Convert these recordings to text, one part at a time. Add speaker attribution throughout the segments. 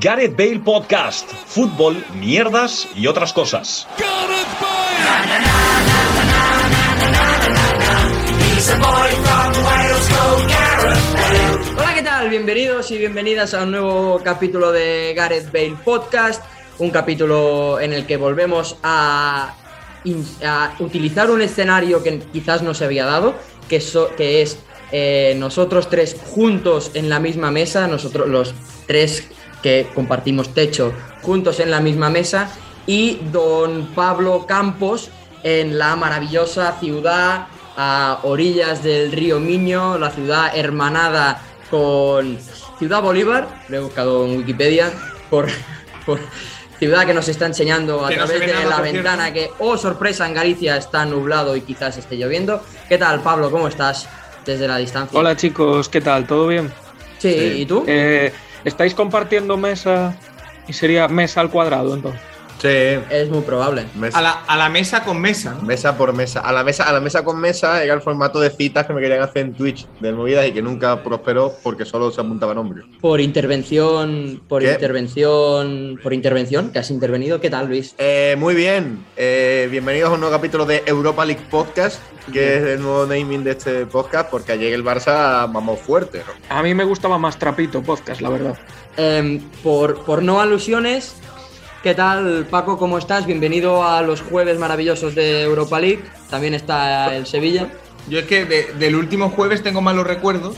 Speaker 1: Gareth Bale Podcast, fútbol, mierdas y otras cosas.
Speaker 2: Hola, ¿qué tal? Bienvenidos y bienvenidas a un nuevo capítulo de Gareth Bale Podcast, un capítulo en el que volvemos a, in- a utilizar un escenario que quizás no se había dado, que, so- que es eh, nosotros tres juntos en la misma mesa, nosotros los tres que compartimos techo juntos en la misma mesa, y don Pablo Campos en la maravillosa ciudad a orillas del río Miño, la ciudad hermanada con Ciudad Bolívar, lo he buscado en Wikipedia, por, por ciudad que nos está enseñando a
Speaker 3: Que no
Speaker 2: través
Speaker 3: se
Speaker 2: de
Speaker 3: ve nada,
Speaker 2: la
Speaker 3: por cierto.
Speaker 2: ventana que, oh sorpresa, en Galicia está nublado y quizás esté lloviendo. ¿Qué tal, Pablo? ¿Cómo estás desde la distancia?
Speaker 4: Hola chicos, ¿qué tal? ¿Todo bien?
Speaker 2: Sí, ¿y tú?
Speaker 4: Eh, ¿Estáis compartiendo mesa? Y sería mesa al cuadrado entonces.
Speaker 5: Sí,
Speaker 2: Es muy probable.
Speaker 5: mesa,
Speaker 3: A la, a la mesa con mesa. ¿no?
Speaker 5: mesa por mesa. A la mesa, a la mesa con mesa era el formato de citas que me querían hacer en Twitch de movidas y que nunca prosperó porque solo se apuntaban hombres.
Speaker 2: Por intervención, por
Speaker 5: ¿Qué?
Speaker 2: intervención, por intervención, que has intervenido. ¿Qué tal, Luis?
Speaker 5: Eh, muy bien, eh, bienvenidos a un nuevo capítulo de Europa League Podcast, que es el nuevo naming de este podcast, porque ayer el Barça mamó fuerte. ¿no?
Speaker 4: A mí me gustaba más Trapito Podcast, la verdad.
Speaker 2: Em, por, por no alusiones, ¿qué tal, Paco? ¿Cómo estás? Bienvenido a los jueves maravillosos de Europa League. También está el Sevilla.
Speaker 3: Yo es que de- del último jueves tengo malos recuerdos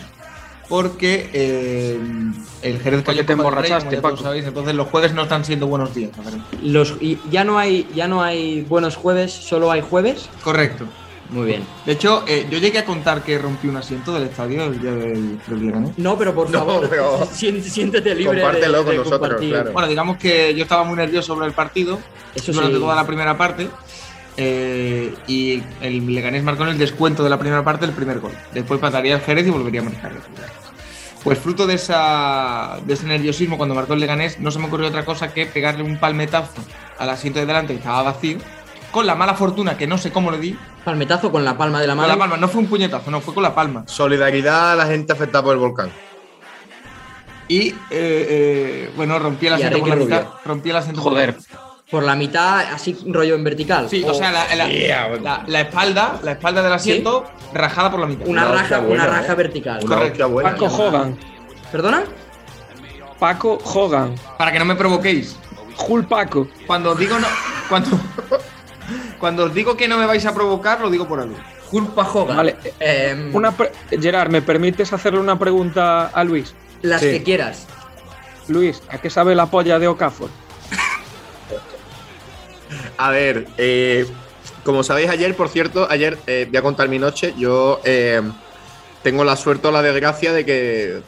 Speaker 3: porque eh, el Jerez
Speaker 4: Porque
Speaker 3: cayó
Speaker 4: te
Speaker 3: en Copa del Rey,
Speaker 4: emborrachaste,
Speaker 3: como ya todos
Speaker 4: Paco.
Speaker 3: sabéis, entonces los jueves no están siendo buenos días. la verdad.
Speaker 2: Los, y ya, no hay, ya no hay buenos jueves, solo hay jueves.
Speaker 3: Correcto.
Speaker 2: Muy bien.
Speaker 3: De hecho, eh, yo llegué a contar que rompí un asiento del estadio el día del creo que le gané.
Speaker 2: No, pero por
Speaker 5: No,
Speaker 2: favor,
Speaker 5: pero-
Speaker 2: sien- siéntete libre. de-
Speaker 5: Compártelo con
Speaker 2: de
Speaker 5: nosotros,
Speaker 2: compartir.
Speaker 5: claro.
Speaker 3: Bueno, digamos que yo estaba muy nervioso sobre el partido
Speaker 2: Eso
Speaker 3: durante
Speaker 2: sí.
Speaker 3: toda la primera parte. eh, y el Leganés marcó en el descuento de la primera parte el primer gol. Después pataría el Jerez y volvería a marcar. el primer. Pues fruto de, esa, de ese nerviosismo cuando marcó el Leganés, no se me ocurrió otra cosa que pegarle un palmetazo al asiento de delante que estaba vacío, con la mala fortuna que no sé cómo le di.
Speaker 2: Palmetazo con la palma de la
Speaker 3: Con
Speaker 2: mano.
Speaker 3: la palma, no fue un puñetazo, no, fue con la palma.
Speaker 5: Solidaridad a la gente afectada por el volcán.
Speaker 3: Y eh, eh, bueno, rompí el
Speaker 2: Y a
Speaker 3: asiento por la
Speaker 2: Ricky
Speaker 3: mitad.
Speaker 2: Rubio.
Speaker 3: Rompí el asiento por la
Speaker 4: Joder.
Speaker 2: Por la mitad, así rollo en vertical.
Speaker 3: Sí, o sea, la, la- la- la espalda, la espalda del asiento rajada por la mitad.
Speaker 2: una,
Speaker 5: una
Speaker 2: raja,
Speaker 5: hostia buena,
Speaker 2: una raja
Speaker 5: ¿eh?
Speaker 2: vertical.
Speaker 5: Una
Speaker 3: Correcto.
Speaker 5: hostia buena.
Speaker 4: Paco Hogan.
Speaker 2: ¿Perdona?
Speaker 4: Paco Hogan.
Speaker 3: Para que no me provoquéis.
Speaker 4: Jul Paco.
Speaker 3: Cuando os digo no, cuando, cuando os digo que no me vais a provocar, lo digo por algo.
Speaker 2: Culpa Hogan.
Speaker 4: Vale.
Speaker 2: Em,
Speaker 4: Una pre- Gerard, ¿me permites hacerle una pregunta a Luis?
Speaker 2: Las
Speaker 5: Sí.
Speaker 2: que quieras.
Speaker 4: Luis, ¿a qué sabe la polla de Okafor?
Speaker 5: A ver, eh, como sabéis ayer, por cierto, ayer eh, voy a contar mi noche. Yo eh, tengo la suerte o la desgracia de que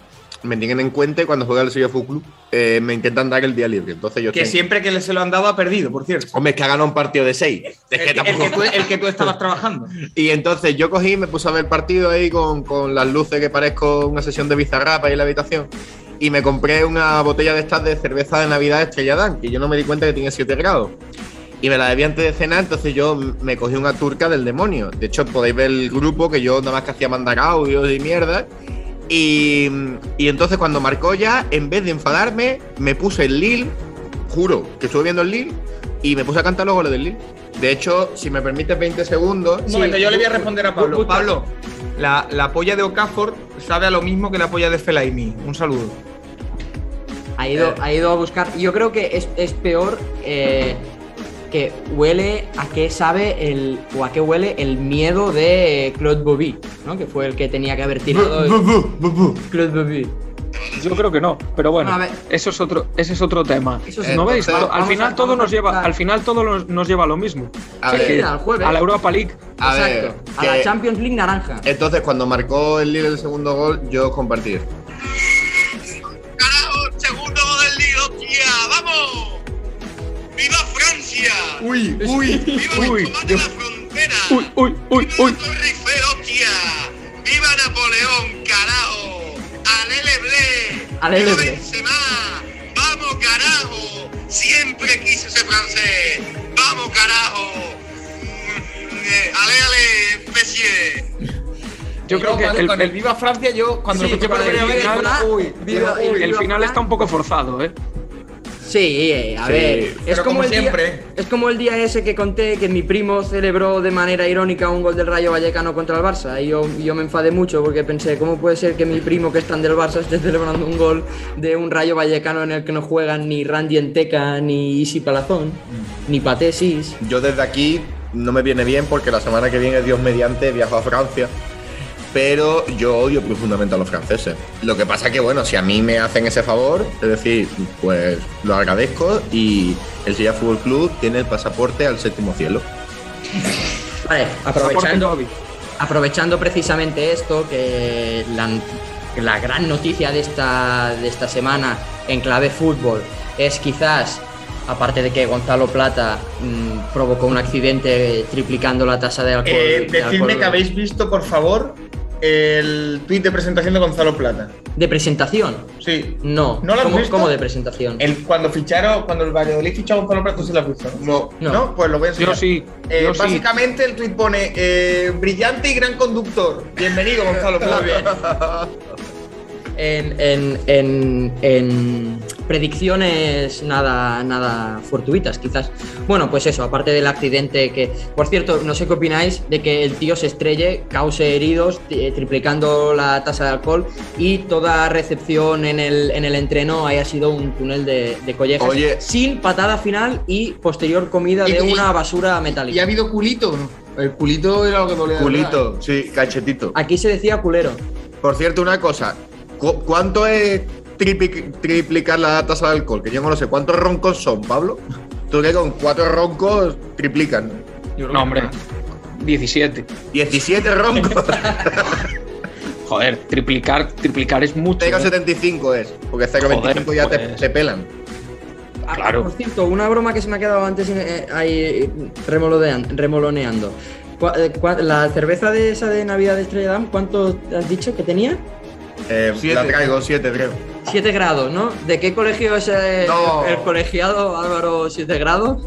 Speaker 5: me tienen en cuenta y cuando juega el Sevilla Fútbol Club. eh, me intentan dar el día libre. Entonces yo
Speaker 3: Que
Speaker 5: estoy-
Speaker 3: siempre que se lo han dado ha perdido, por cierto.
Speaker 5: Hombre, es que ha ganado un partido de seis. Es que
Speaker 3: El, que- el
Speaker 5: tampoco-
Speaker 3: que tú, el que tú estabas trabajando.
Speaker 5: Y entonces yo cogí, me puse a ver el partido ahí con, con las luces que parezco una sesión de bizarrapa ahí en la habitación. Y me compré una botella de estas de cerveza de Navidad Estrella Dan, que yo no me di cuenta que tenía 7 grados. Y me la bebí antes de cenar, entonces yo me cogí una turca del demonio. De hecho, podéis ver el grupo que yo nada más que hacía mandar audios y mierda. Y, y entonces cuando marcó ya, en vez de enfadarme, me puse el Lil, juro que estuve viendo el Lil, y me puse a cantar los goles del Lil. De hecho, si me permites 20 segundos,
Speaker 3: Un momento, yo le voy a responder a Pablo.
Speaker 2: Puta.
Speaker 3: Pablo, la, la polla de Okafor sabe a lo mismo que la polla de Fellaini. Un saludo.
Speaker 2: Ha ido,
Speaker 5: Eh.
Speaker 2: ha ido a buscar. Yo creo que es, es peor eh, que huele a qué sabe el. o a qué huele el miedo de Claude Bobby, ¿no? Que fue el que tenía que haber tirado. el- Claude Bobby.
Speaker 4: Yo creo que no, pero bueno,
Speaker 2: Bueno, a ver.
Speaker 4: eso es otro, ese es otro tema.
Speaker 2: Eso
Speaker 5: sí.
Speaker 4: ¿No veis?
Speaker 5: Entonces,
Speaker 4: Al
Speaker 2: vamos
Speaker 4: final
Speaker 2: a-
Speaker 4: todo
Speaker 2: vamos a
Speaker 4: nos lleva,
Speaker 2: empezar.
Speaker 4: al final todo lo- nos lleva a lo mismo.
Speaker 5: A
Speaker 2: Sí,
Speaker 5: ver,
Speaker 2: mira, al jueves.
Speaker 4: A la Europa League.
Speaker 5: a ver,
Speaker 2: Exacto. a la
Speaker 5: que-
Speaker 2: Champions League naranja.
Speaker 5: Entonces, cuando marcó el líder el segundo gol, yo compartí.
Speaker 6: ¡Carajo! ¡Segundo del lío, tía! ¡Vamos! ¡Viva Francia!
Speaker 3: Uy, uy.
Speaker 6: ¡Viva
Speaker 4: uy,
Speaker 6: el combate de
Speaker 4: Dios.
Speaker 6: la frontera!
Speaker 4: Uy, uy, uy,
Speaker 6: ¡Viva
Speaker 4: uy.
Speaker 6: la Torre Eiffel, hostia! ¡Viva Napoleón, carajo! ¡Al LB!
Speaker 2: Al
Speaker 6: ¡Viva
Speaker 2: LB.
Speaker 6: Benzema! ¡Vamos, carajo! Siempre quise ser francés. ¡Vamos, carajo! Mm, eh, ¡Ale, ale, Messier!
Speaker 4: Yo creo que
Speaker 3: con
Speaker 4: el,
Speaker 3: con
Speaker 4: el-
Speaker 3: Viva Francia, yo cuando
Speaker 2: Sí,
Speaker 3: lo escuché por
Speaker 2: con el
Speaker 3: primera vez,
Speaker 2: Viva-
Speaker 3: uy,
Speaker 2: Viva-
Speaker 3: uy.
Speaker 4: el final está un poco forzado, ¿eh?
Speaker 2: Sí, eh, a
Speaker 7: Sí,
Speaker 2: ver.
Speaker 7: pero
Speaker 2: Es como,
Speaker 7: como
Speaker 2: el día-
Speaker 7: siempre.
Speaker 2: es como el día ese que conté que mi primo celebró de manera irónica un gol del Rayo Vallecano contra el Barça. Y yo, yo me enfadé mucho porque pensé, ¿cómo puede ser que mi primo que es tan del Barça esté celebrando un gol de un Rayo Vallecano en el que no juegan ni Randy Enteca, ni Isi Palazón, ni Patesis?
Speaker 5: Yo desde aquí no me viene bien porque la semana que viene, Dios mediante, viajo a Francia. Pero yo odio profundamente a los franceses. Lo que pasa que, bueno, si a mí me hacen ese favor, es decir, pues lo agradezco y el Sevilla Fútbol Club tiene el pasaporte al séptimo cielo.
Speaker 2: Vale, aprovechando,
Speaker 4: Pasaporte
Speaker 2: aprovechando precisamente esto, que la, que la gran noticia de esta, de esta semana en clave fútbol es quizás, aparte de que Gonzalo Plata mm, provocó un accidente triplicando la tasa de
Speaker 3: Pues,
Speaker 2: alcohol.
Speaker 7: Eh,
Speaker 2: de alcohol-
Speaker 7: decidme que habéis visto, por favor, el tuit de presentación de Gonzalo Plata.
Speaker 2: ¿De presentación?
Speaker 7: Sí.
Speaker 2: No.
Speaker 7: ¿No lo has
Speaker 2: ¿Cómo,
Speaker 7: visto?
Speaker 2: cómo de presentación?
Speaker 7: El, cuando ficharon, cuando el Valladolid fichó a Gonzalo Plata, se la visto. No,
Speaker 2: No.
Speaker 7: no. pues lo voy a enseñar.
Speaker 4: Yo sí.
Speaker 7: Eh,
Speaker 4: yo sí.
Speaker 7: básicamente el tuit pone eh, brillante y gran conductor. Bienvenido, Gonzalo Plata.
Speaker 2: En, en- en- en predicciones nada, nada fortuitas, quizás. Bueno, pues eso, aparte del accidente que, por cierto, no sé qué opináis de que el tío se estrelle, cause heridos, t- eh, triplicando la tasa de alcohol y toda recepción en el, en el entreno haya sido un túnel de, de collejas
Speaker 5: Oye.
Speaker 2: sin patada final y posterior comida
Speaker 7: Y-
Speaker 2: de
Speaker 7: y-
Speaker 2: una basura
Speaker 7: ¿Y ha
Speaker 2: metálica.
Speaker 7: habido culito? o no? El culito era lo que dolía. de verdad.
Speaker 5: Culito, sí, cachetito.
Speaker 2: Aquí se decía culero.
Speaker 5: Por cierto, una cosa. ¿cu- ¿Cuánto es tripi- triplicar la tasa de alcohol? Que yo no lo sé. ¿Cuántos roncos son, Pablo? Tú que con cuatro roncos triplican.
Speaker 4: No, hombre. 17.
Speaker 5: 17 roncos.
Speaker 4: Joder, triplicar, triplicar es mucho. ¿eh?
Speaker 5: 0,75 es. Porque 0,25 ya te,
Speaker 4: pues.
Speaker 5: te pelan.
Speaker 2: Ah,
Speaker 4: Claro.
Speaker 2: Por cierto, una broma que se me ha quedado antes eh, ahí eh, remolodean- remoloneando. Cua- eh, cua- La cerveza de esa de Navidad de Estrella Damm, ¿cuánto has dicho que tenía?
Speaker 5: Eh,
Speaker 3: Siete.
Speaker 5: La traigo 7, creo.
Speaker 2: 7 grados, ¿no? ¿De qué colegio es eh,
Speaker 7: No.
Speaker 2: el colegiado, Álvaro? ¿7 grados?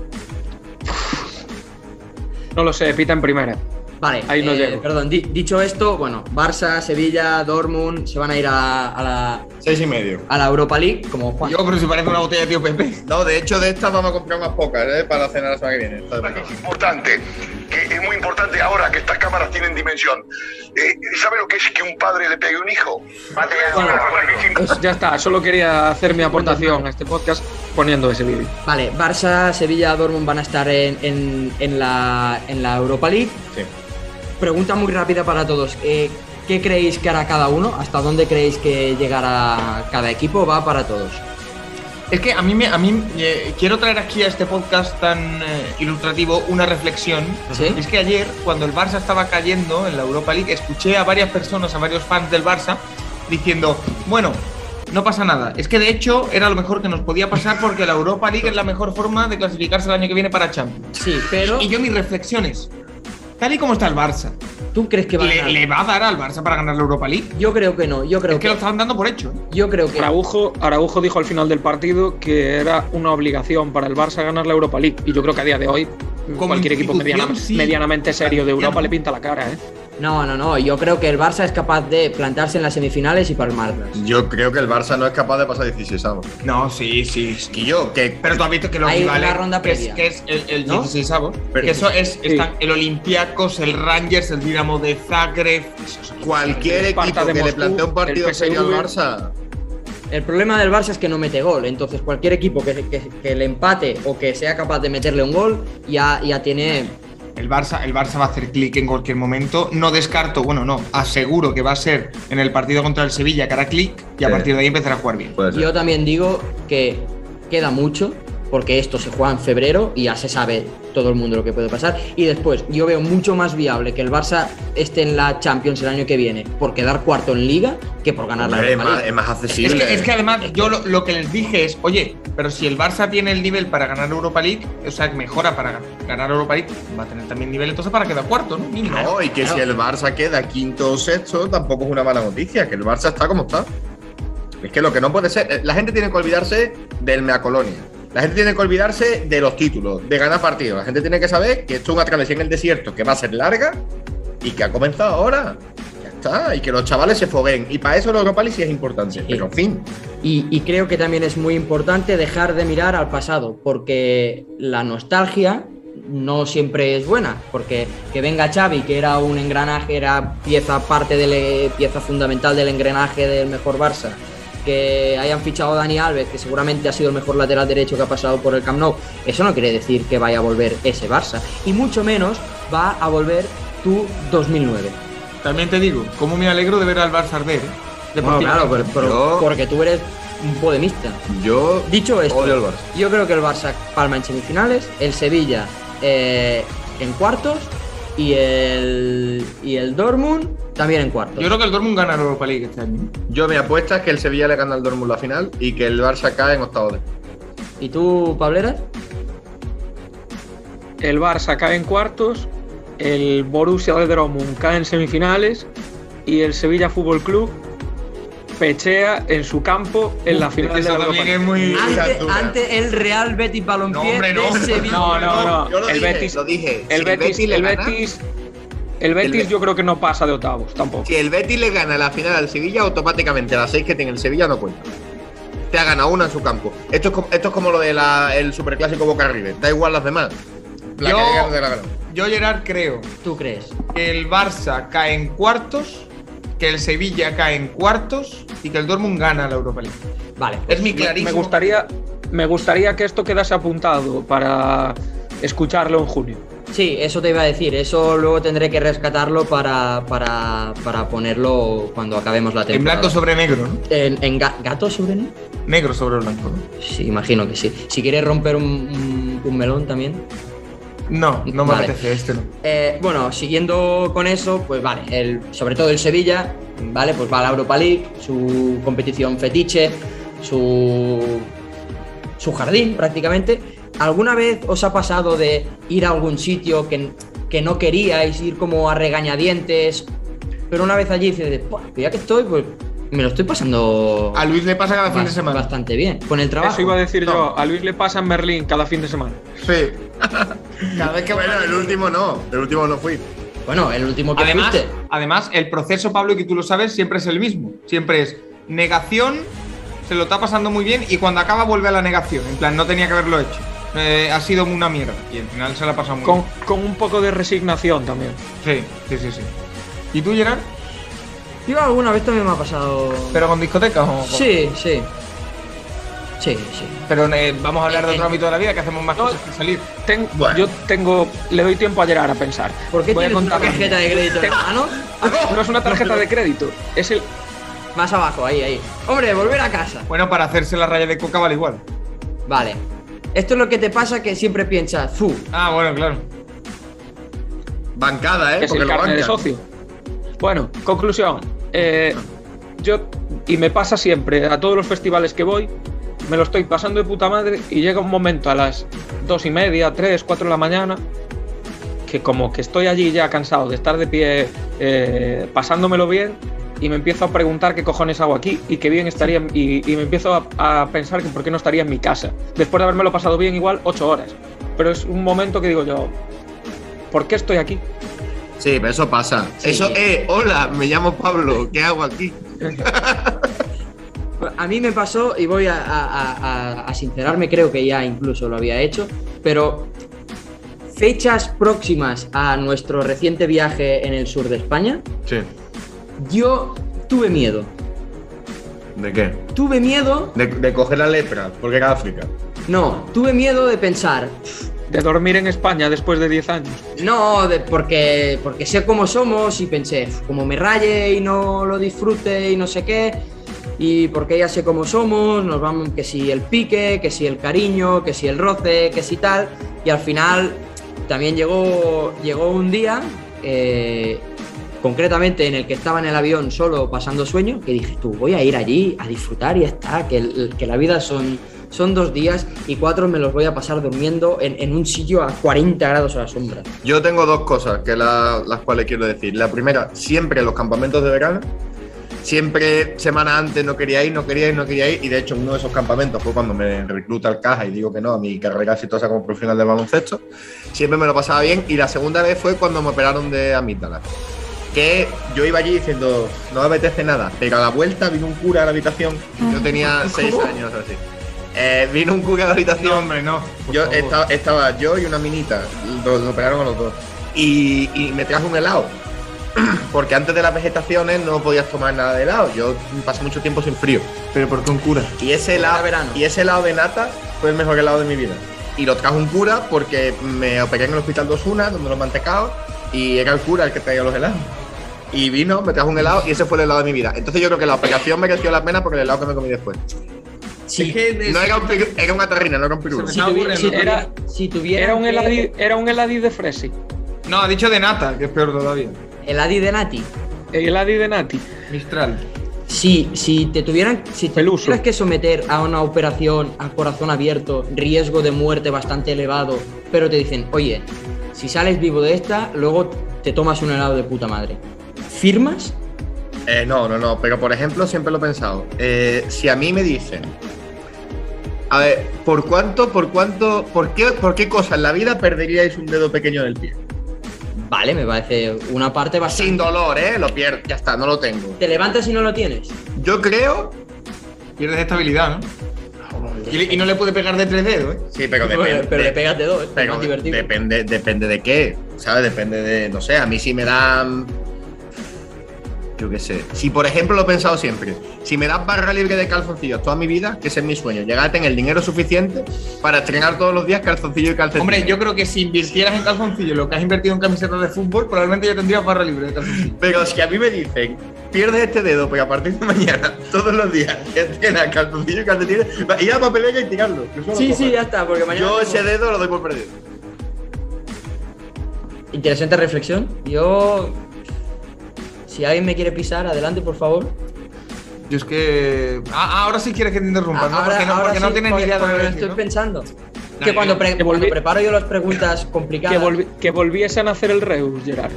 Speaker 4: No lo sé, pita en primera.
Speaker 2: Vale,
Speaker 4: Ahí no
Speaker 2: eh,
Speaker 4: llego.
Speaker 2: perdón, di- dicho esto, bueno, Barça, Sevilla, Dortmund se van a ir a, a la,
Speaker 5: 6 y medio.
Speaker 2: a la Europa League como Juan.
Speaker 3: Yo, pero si parece una botella de tío Pepe.
Speaker 5: No, de hecho, de estas vamos a comprar unas pocas, ¿eh? Para la cena la semana que viene. Está de
Speaker 6: que
Speaker 5: broma.
Speaker 6: es importante, que es muy importante ahora que estas cámaras tienen dimensión. Eh, ¿Sabe lo que es que un padre le pegue a un hijo?
Speaker 2: Bueno,
Speaker 4: Pues ya está, solo quería hacer mi aportación a este podcast poniendo ese vídeo.
Speaker 2: Vale, Barça, Sevilla, Dortmund van a estar en, en- en la, en la Europa League.
Speaker 5: Sí.
Speaker 2: Pregunta muy rápida para todos. eh, ¿Qué creéis que hará cada uno? ¿Hasta dónde creéis que llegará cada equipo? Va para todos.
Speaker 3: Es que a mí me. A mí, eh, quiero traer aquí a este podcast tan eh, ilustrativo una reflexión.
Speaker 2: ¿Sí?
Speaker 3: Es que ayer, cuando el Barça estaba cayendo en la Europa League, escuché a varias personas, a varios fans del Barça, diciendo: Bueno, no pasa nada. Es que de hecho era lo mejor que nos podía pasar porque la Europa League es la mejor forma de clasificarse el año que viene para Champions.
Speaker 2: Sí, pero
Speaker 3: Y yo, mis reflexiones. Tal y como está el Barça,
Speaker 2: ¿tú crees que va a
Speaker 3: ¿le,
Speaker 2: ganar?
Speaker 3: le va a dar al Barça para ganar la Europa League?
Speaker 2: Yo creo que no, yo creo
Speaker 3: Es que
Speaker 2: que,
Speaker 3: lo estaban dando por hecho. ¿eh?
Speaker 2: yo creo que
Speaker 4: Araujo, Araujo dijo al final del partido que era una obligación para el Barça ganar la Europa League. Y yo creo que a día de hoy
Speaker 3: Como
Speaker 4: cualquier equipo
Speaker 3: institución,
Speaker 4: mediana-
Speaker 3: sí.
Speaker 4: medianamente serio de Europa
Speaker 3: Claro.
Speaker 4: le pinta la cara, ¿eh?
Speaker 2: no, no, no, yo creo que el Barça es capaz de plantarse en las semifinales y palmarlas.
Speaker 5: Yo creo que el Barça no es capaz de pasar 16 avos.
Speaker 3: No, sí, sí.
Speaker 5: Y yo, que.
Speaker 3: Pero tú has visto que los
Speaker 2: Hay una
Speaker 3: rivales,
Speaker 2: ronda
Speaker 3: que es,
Speaker 2: previa.
Speaker 3: que es el, el
Speaker 2: ¿No?
Speaker 3: 16avo,
Speaker 5: Pero-
Speaker 3: que eso es
Speaker 4: Sí.
Speaker 3: están el Olympiacos, el Rangers, el Dinamo de Zagreb. esos equipos.
Speaker 5: Cualquier
Speaker 4: el Sparta
Speaker 5: equipo
Speaker 4: de
Speaker 5: que le
Speaker 4: Moscú,
Speaker 5: plantee un partido
Speaker 4: el
Speaker 5: serio al
Speaker 4: PSV.
Speaker 5: Barça.
Speaker 2: El problema del Barça es que no mete gol, entonces cualquier equipo que, que- que le empate o que sea capaz de meterle un gol ya, ya tiene
Speaker 3: El Barça, el Barça va a hacer clic en cualquier momento. No descarto, bueno, no, aseguro que va a ser en el partido contra el Sevilla que hará clic y a
Speaker 5: Sí. Pues
Speaker 3: partir de ahí empezará a jugar bien.
Speaker 5: Puede ser.
Speaker 2: Yo también digo que queda mucho porque esto se juega en febrero y ya se sabe todo el mundo lo que puede pasar. Y después, yo veo mucho más viable que el Barça esté en la Champions el año que viene por quedar cuarto en Liga que por ganar la
Speaker 5: Hombre, es,
Speaker 2: Europa
Speaker 5: más,
Speaker 2: League.
Speaker 5: es más
Speaker 3: Es
Speaker 5: accesible.
Speaker 3: que, es que además yo lo, lo que les dije es, oye, pero si el Barça tiene el nivel para ganar Europa League, o sea, que mejora para ganar Europa League, va a tener también nivel entonces para quedar cuarto, ¿no? Mínimo.
Speaker 5: No, y que
Speaker 2: Claro.
Speaker 5: si el Barça queda quinto o sexto, tampoco es una mala noticia, que el Barça está como está. Es que lo que no puede ser, eh, la gente tiene que olvidarse del Mea Colonia. La gente tiene que olvidarse de los títulos, de ganar partidos. La gente tiene que saber que esto es una travesía en el desierto que va a ser larga y que ha comenzado ahora. Que está, y que los chavales se foguen. Y para eso la Europa League sí es importante. Pero en fin,
Speaker 2: Y, y creo que también es muy importante dejar de mirar al pasado, porque la nostalgia no siempre es buena, porque que venga Xavi, que era un engranaje, era pieza parte del pieza fundamental del engranaje del mejor Barça, que hayan fichado a Dani Alves, que seguramente ha sido el mejor lateral derecho que ha pasado por el Camp Nou, eso no quiere decir que vaya a volver ese Barça, y mucho menos va a volver tu 2009.
Speaker 3: También te digo, cómo me alegro de ver al Barça arder. ¿eh?
Speaker 2: Bueno, claro,
Speaker 3: Deportivamente.
Speaker 2: pero- pero-
Speaker 5: yo-
Speaker 2: porque tú eres un podemista.
Speaker 5: yo
Speaker 2: Dicho esto,
Speaker 5: odio al Barça.
Speaker 2: yo creo que el Barça palma en semifinales, el Sevilla eh, en cuartos y el, y el Dortmund también en cuartos.
Speaker 3: Yo creo que el Dortmund gana la Europa League este año.
Speaker 5: Yo me apuesta es que el Sevilla le gana al Dortmund la final y que el Barça cae en octavos de.
Speaker 2: ¿Y tú, Pableras?
Speaker 4: El Barça cae en cuartos, el Borussia de Dortmund cae en semifinales y el Sevilla Fútbol Club pechea en su campo en la
Speaker 3: Uf,
Speaker 4: final de
Speaker 3: Eso
Speaker 4: la Europa
Speaker 3: también
Speaker 4: League.
Speaker 3: es muy.
Speaker 5: Ah,
Speaker 2: Ante,
Speaker 5: dura.
Speaker 2: ante el Real Betis Balompié
Speaker 3: No, hombre, no.
Speaker 2: de Sevilla.
Speaker 4: No, no, no.
Speaker 5: Yo lo
Speaker 4: El
Speaker 5: dije,
Speaker 4: Betis,
Speaker 5: lo dije. Si
Speaker 4: el Betis,
Speaker 5: le
Speaker 4: el
Speaker 5: gana-
Speaker 4: Betis, el
Speaker 5: Betis.
Speaker 4: Betis yo creo que no pasa de octavos tampoco.
Speaker 5: Si el Betis le gana la final al Sevilla, automáticamente las seis que tiene el Sevilla no cuenta. Te ha ganado una en su campo. Esto es como, esto es como lo del el superclásico Boca River. Da igual las demás. La
Speaker 3: Yo-
Speaker 5: que le gane, te la gana.
Speaker 3: Yo, Gerard, creo
Speaker 2: ¿Tú crees?
Speaker 3: que el Barça cae en cuartos, que el Sevilla cae en cuartos y que el Dortmund gana la Europa League.
Speaker 2: Vale.
Speaker 3: Es mi
Speaker 4: Me-
Speaker 3: clarísimo.
Speaker 4: Me gustaría, me gustaría que esto quedase apuntado para escucharlo en junio.
Speaker 2: Sí, eso te iba a decir. Eso luego tendré que rescatarlo para, para, para ponerlo cuando acabemos la
Speaker 3: En
Speaker 2: temporada.
Speaker 3: blanco sobre negro, ¿no?
Speaker 2: En, en ga- ¿Gato sobre negro?
Speaker 3: Negro sobre blanco. ¿no?
Speaker 2: Sí, imagino que sí. Si quieres romper un- un- un melón también.
Speaker 3: No, no me
Speaker 2: Vale.
Speaker 3: apetece este, no.
Speaker 2: Eh, bueno, siguiendo con eso, pues vale, el, sobre todo el Sevilla, vale, pues va a la Europa League, su competición fetiche, su, su jardín prácticamente. ¿Alguna vez os ha pasado de ir a algún sitio que, que no queríais, ir como a regañadientes, pero una vez allí dices, "Buah, ya que estoy, pues me lo estoy pasando
Speaker 3: A Luis le pasa cada fin de
Speaker 2: bas-
Speaker 3: semana.
Speaker 2: bastante bien con el trabajo?
Speaker 4: Eso iba a decir
Speaker 3: No.
Speaker 4: yo. A Luis le pasa en Berlín cada fin de semana.
Speaker 3: Sí. Cada vez que
Speaker 5: Bueno, el último no. El último no fui.
Speaker 2: Bueno, el último que
Speaker 3: Además,
Speaker 2: fuiste.
Speaker 3: además, el proceso, Pablo, y que tú lo sabes, siempre es el mismo. Siempre es negación, se lo está pasando muy bien y cuando acaba vuelve a la negación. En plan, no tenía que haberlo hecho. Eh, ha sido una mierda. Y al final se la ha pasado muy
Speaker 4: Con, con un poco de resignación también.
Speaker 3: bien. Sí, sí, sí, sí. ¿Y tú, Gerard?
Speaker 2: Yo alguna vez también me ha pasado.
Speaker 3: ¿Pero con discotecas o con-
Speaker 2: Sí, sí. Sí, sí.
Speaker 3: Pero eh, vamos a hablar de
Speaker 2: Eh,
Speaker 3: otro
Speaker 2: eh.
Speaker 3: ámbito de la vida que hacemos más
Speaker 4: No.
Speaker 3: cosas que salir.
Speaker 4: Ten-
Speaker 5: Bueno.
Speaker 4: Yo tengo. Le doy tiempo a llegar a pensar.
Speaker 2: ¿Por qué
Speaker 4: Voy a
Speaker 2: tienes una
Speaker 4: contar la
Speaker 2: tarjeta
Speaker 4: mía.
Speaker 2: de crédito en la mano?
Speaker 4: No es una tarjeta de crédito. Es el.
Speaker 2: Más abajo, ahí, ahí. Hombre, volver a casa.
Speaker 3: Bueno, para hacerse la raya de coca vale igual.
Speaker 2: Vale. Esto es lo que te pasa que siempre piensas, fu,
Speaker 3: Ah, bueno, claro.
Speaker 5: Bancada, ¿eh?
Speaker 4: es el
Speaker 5: lo
Speaker 4: carnet de
Speaker 5: bancan.
Speaker 4: socio. Bueno, conclusión. Eh, yo. Y me pasa siempre. A todos los festivales que voy. Me lo estoy pasando de puta madre. Y llega un momento a las dos y media, tres, cuatro de la mañana. que como que estoy allí ya cansado de estar de pie eh, pasándomelo bien y me empiezo a preguntar qué cojones hago aquí y qué bien estaría en- y, y me empiezo a, a pensar que por qué no estaría en mi casa después de habérmelo pasado bien igual ocho horas pero es un momento que digo yo ¿por qué estoy aquí?
Speaker 5: Sí, pero eso pasa.
Speaker 2: Sí.
Speaker 5: Eso, eh, hola, me llamo Pablo. ¿Qué hago aquí?
Speaker 2: A mí me pasó, y voy a, a- a- a- a sincerarme, creo que ya incluso lo había hecho, pero fechas próximas a nuestro reciente viaje en el sur de España,
Speaker 5: Sí.
Speaker 2: yo tuve miedo.
Speaker 5: ¿De qué?
Speaker 2: Tuve miedo,
Speaker 5: De, de coger la lepra, porque era África.
Speaker 2: no, tuve miedo de pensar,
Speaker 4: de dormir en España después de 10 años
Speaker 2: No, de- porque, porque sé cómo somos y pensé, "Uf, como me raye y no lo disfrute y no sé qué, y porque ya sé cómo somos, nos vamos, que si el pique, que si el cariño, que si el roce, que si tal, y al final también llegó, llegó un día, eh, concretamente en el que estaba en el avión solo pasando sueño, que dije, tú voy a ir allí a disfrutar y ya está, que, el- que la vida son, son dos días y cuatro me los voy a pasar durmiendo en, en un sitio a 40 grados a la sombra.
Speaker 5: Yo tengo dos cosas que la- las cuales quiero decir. La primera, siempre los campamentos de verano. Siempre semana antes no quería ir, no quería ir, no quería ir. Y de hecho, uno de esos campamentos fue cuando me recluta al caja y digo que no a mi carrera exitosa como profesional de baloncesto. Siempre me lo pasaba bien. Y la segunda vez fue cuando me operaron de amígdala. que yo iba allí diciendo, no me apetece nada, pero a la vuelta vino un cura a la habitación,
Speaker 3: Ah.
Speaker 5: yo tenía seis años o así. Eh, vino un cura a
Speaker 3: No,
Speaker 5: la habitación,
Speaker 3: hombre, no. por
Speaker 5: yo
Speaker 3: favor.
Speaker 5: estaba, estaba yo y una minita, los, los operaron a los dos, y, y me trajo un helado. Porque antes de las vegetaciones no podías tomar nada de helado. Yo pasé mucho tiempo sin frío.
Speaker 3: Pero ¿por qué un cura?
Speaker 5: Y ese
Speaker 2: Era
Speaker 5: helado,
Speaker 2: verano.
Speaker 5: y ese helado de nata fue el mejor helado de mi vida. Y lo trajo un cura porque me operé en el hospital de Osuna, donde los mantecados, y era el cura el que traía los helados. Y vino, me trajo un helado y ese fue el helado de mi vida. Entonces yo creo que la operación mereció la pena porque el helado que me comí después.
Speaker 2: Si,
Speaker 5: No era, un piru- era una tarrina, no era un pirulo.
Speaker 2: si
Speaker 3: me
Speaker 2: tuvi-
Speaker 3: aburre,
Speaker 2: si
Speaker 3: ¿no?
Speaker 2: tuvi-
Speaker 4: Era-
Speaker 2: si tuviera
Speaker 4: Era un
Speaker 2: que-
Speaker 4: heladi, era un heladi de Fresi.
Speaker 3: No, ha dicho de nata, que es peor todavía.
Speaker 2: heladi de Nati.
Speaker 4: El heladi de Nati.
Speaker 3: Mistral.
Speaker 2: Si, si te tuvieran si te
Speaker 4: Peluso.
Speaker 2: tuvieras que someter a una operación a corazón abierto, riesgo de muerte bastante elevado, pero te dicen, oye, si sales vivo de esta, luego te tomas un helado de puta madre. ¿Firmas?
Speaker 5: Eh, no, no, no. Pero por ejemplo, siempre lo he pensado. Eh, si a mí me dicen. A ver, ¿por cuánto, por cuánto, por qué, por qué cosa en la vida perderíais un dedo pequeño del pie?
Speaker 2: Vale, me parece una parte bastante.
Speaker 5: Sin dolor, ¿eh? Lo pierdo, ya está, no lo tengo.
Speaker 2: Te levantas y no lo tienes.
Speaker 5: Yo creo.
Speaker 3: Pierdes estabilidad, ¿no? Y, le- y no le puede pegar de tres dedos, ¿eh?
Speaker 5: Sí, pero
Speaker 2: Bueno,
Speaker 5: depende.
Speaker 2: pero le pegas de dos, es
Speaker 5: pero
Speaker 2: más divertido.
Speaker 5: depende, depende de qué, ¿sabes? Depende de, no sé, a mí si me dan. Yo qué sé. Si, por ejemplo, lo he pensado siempre, si me dan barra libre de calzoncillos toda mi vida, que ese es mi sueño, llegar a tener el dinero suficiente para estrenar todos los días calzoncillo y calcetín.
Speaker 3: Hombre, yo creo que si invirtieras en calzoncillo lo que has invertido en camisetas de fútbol, probablemente ya tendrías barra libre de calzoncillo.
Speaker 5: Pero si a mí me dicen, pierdes este dedo, pero a partir de mañana, todos los días, estrenas calzoncillo y calcetín, ir a la papelera y tirarlo. Yo solo
Speaker 2: Sí,
Speaker 5: cojo.
Speaker 2: sí, ya está, porque mañana.
Speaker 5: Yo ese
Speaker 2: tengo-
Speaker 5: dedo lo doy por perdido.
Speaker 2: Interesante reflexión. Yo. Si alguien me quiere pisar, adelante, por favor.
Speaker 3: Yo es que. Ah, ahora sí quieres que te interrumpa, ¿no? Porque no, porque no
Speaker 2: sí,
Speaker 3: tienes ni
Speaker 2: porque-
Speaker 3: idea de lo
Speaker 2: porque
Speaker 3: que
Speaker 2: lo
Speaker 3: decir,
Speaker 2: estoy
Speaker 3: ¿no?
Speaker 2: pensando.
Speaker 3: Dale,
Speaker 2: que cuando, pre-
Speaker 4: que volví-
Speaker 2: cuando preparo yo las preguntas complicadas,
Speaker 4: Que, volvi- que volviesen a hacer el Reus, Gerard.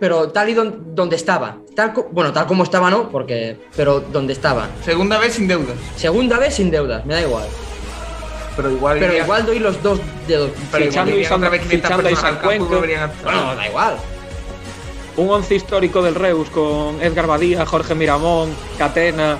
Speaker 2: pero tal y don- donde estaba. Tal co- bueno, tal como estaba no, porque pero donde estaba.
Speaker 3: Segunda vez sin deudas.
Speaker 2: Segunda vez sin deudas, me da igual.
Speaker 3: Pero igual.
Speaker 2: Pero
Speaker 3: iría-
Speaker 2: igual doy los dos dedos.
Speaker 3: Pero igual
Speaker 4: Fichando
Speaker 3: irían
Speaker 4: y
Speaker 3: otra
Speaker 4: San-
Speaker 3: vez 500
Speaker 4: fichando y
Speaker 3: personas
Speaker 4: San
Speaker 3: al campo y
Speaker 4: Cuenco.
Speaker 3: volverían a-
Speaker 2: Bueno, da igual.
Speaker 4: Un once histórico del Reus con Edgar Badía, Jorge Miramón, Catena,